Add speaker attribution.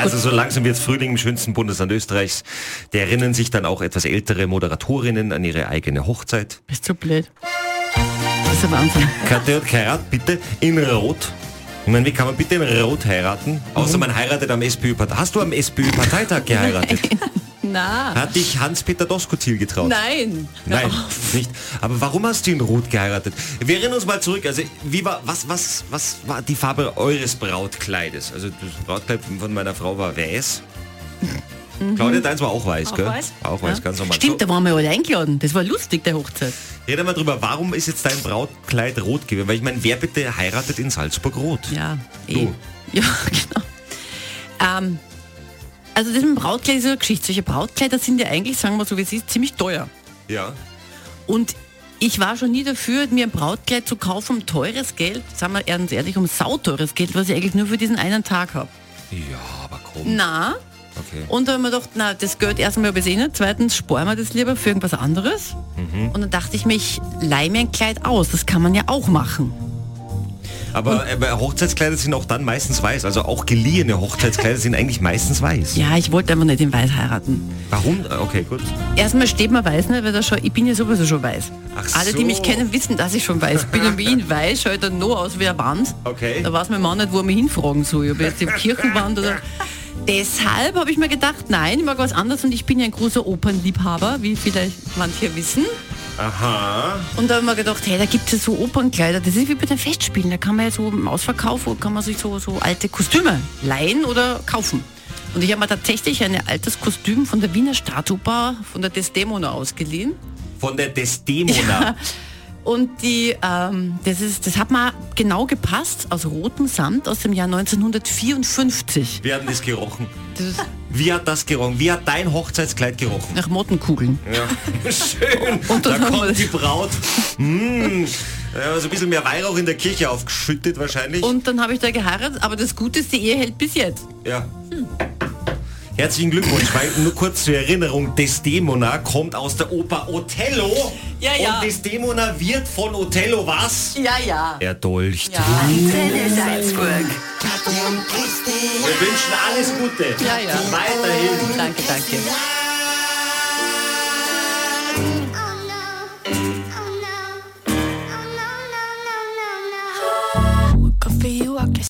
Speaker 1: also so langsam wird es Frühling im schönsten Bundesland Österreichs. Da erinnern sich dann auch etwas ältere Moderatorinnen an ihre eigene Hochzeit.
Speaker 2: Bist du blöd? Das ist ein Wahnsinn.
Speaker 1: Katja und Keirat bitte in Rot. Ich meine, wie kann man bitte in Rot heiraten? Außer man heiratet am SPÖ-Parteitag. Hast du am SPÖ-Parteitag geheiratet?
Speaker 2: Na,
Speaker 1: Hat dich Hans-Peter Doskozil getraut?
Speaker 2: nein.
Speaker 1: Nein, nicht. Aber warum hast du in Rot geheiratet? Wir erinnern uns mal zurück. Also, wie war, was, was, was war die Farbe eures Brautkleides? Also, das Brautkleid von meiner Frau war weiß. Claudia, deins war auch weiß,
Speaker 3: Auch
Speaker 1: gell?
Speaker 3: weiß.
Speaker 1: Auch weiß, ganz normal.
Speaker 2: Stimmt, da waren wir alle eingeladen. Das war lustig, der Hochzeit.
Speaker 1: So, reden wir drüber, warum ist jetzt dein Brautkleid rot gewesen? Weil ich meine, wer bitte heiratet in Salzburg rot?
Speaker 2: Ja, eh.
Speaker 1: Du.
Speaker 2: Ja, genau. Ähm, also das mit dem Brautkleid ist so eine Geschichte. Solche Brautkleider sind ja eigentlich, sagen wir so wie es ist, ziemlich teuer.
Speaker 1: Ja.
Speaker 2: Und ich war schon nie dafür, mir ein Brautkleid zu kaufen, um teures Geld, sagen wir ganz ehrlich, um sauteures Geld, was ich eigentlich nur für diesen einen Tag habe.
Speaker 1: Ja, aber komm.
Speaker 2: Na,
Speaker 1: Okay.
Speaker 2: und da haben wir gedacht, na, das Geld erstmal habe ich eh nicht, zweitens sparen wir das lieber für irgendwas anderes.
Speaker 1: Mhm.
Speaker 2: Und dann dachte ich mir, ich leih mir ein Kleid aus, das kann man ja auch machen.
Speaker 1: Aber, aber Hochzeitskleider sind auch dann meistens weiß. Also auch geliehene Hochzeitskleider sind eigentlich meistens weiß.
Speaker 2: Ja, ich wollte einfach nicht in Weiß heiraten.
Speaker 1: Warum? Okay, gut.
Speaker 2: Erstmal steht man weiß nicht, weil da schon, ich bin ja sowieso schon weiß.
Speaker 1: Ach
Speaker 2: Alle, die mich
Speaker 1: so.
Speaker 2: kennen, wissen, dass ich schon weiß bin. Und wie ihn weiß, schaut er nur aus wie eine Wand.
Speaker 1: Okay.
Speaker 2: Da weiß mein Mann nicht, wo er mich hinfragen soll. Ob jetzt die Kirchenwand oder... Deshalb habe ich mir gedacht, nein, ich mag was anderes und ich bin ja ein großer Opernliebhaber, wie vielleicht manche wissen.
Speaker 1: Aha.
Speaker 2: Und da habe ich mir gedacht, hey, da gibt es ja so Opernkleider, das ist wie bei den Festspielen, da kann man ja so im Ausverkauf, wo kann man sich so, so alte Kostüme leihen oder kaufen. Und ich habe mir tatsächlich ein altes Kostüm von der Wiener Staatsoper, von der Desdemona ausgeliehen.
Speaker 1: Von der Desdemona.
Speaker 2: Und die, ähm, das, ist, das hat mal genau gepasst, aus rotem Samt aus dem Jahr 1954.
Speaker 1: Wir haben das gerochen.
Speaker 2: Das ist
Speaker 1: Wie hat das gerochen? Wie hat dein Hochzeitskleid gerochen?
Speaker 2: nach Mottenkugeln.
Speaker 1: Ja. Schön.
Speaker 2: Und
Speaker 1: da
Speaker 2: dann haben wir
Speaker 1: kommt
Speaker 2: das-
Speaker 1: die Braut. Mm. Ja, so ein bisschen mehr Weihrauch in der Kirche aufgeschüttet wahrscheinlich.
Speaker 2: Und dann habe ich da geheiratet, aber das Gute ist, die Ehe hält bis jetzt.
Speaker 1: ja. Herzlichen Glückwunsch, weil nur kurz zur Erinnerung, Desdemona kommt aus der Oper Othello
Speaker 2: Ja, ja.
Speaker 1: und Desdemona wird von Othello was?
Speaker 2: Ja, ja.
Speaker 1: Erdolcht.
Speaker 4: Antenne Salzburg.
Speaker 1: Wir wünschen alles Gute.
Speaker 2: Ja, ja.
Speaker 1: Weiterhin.
Speaker 2: Danke, danke.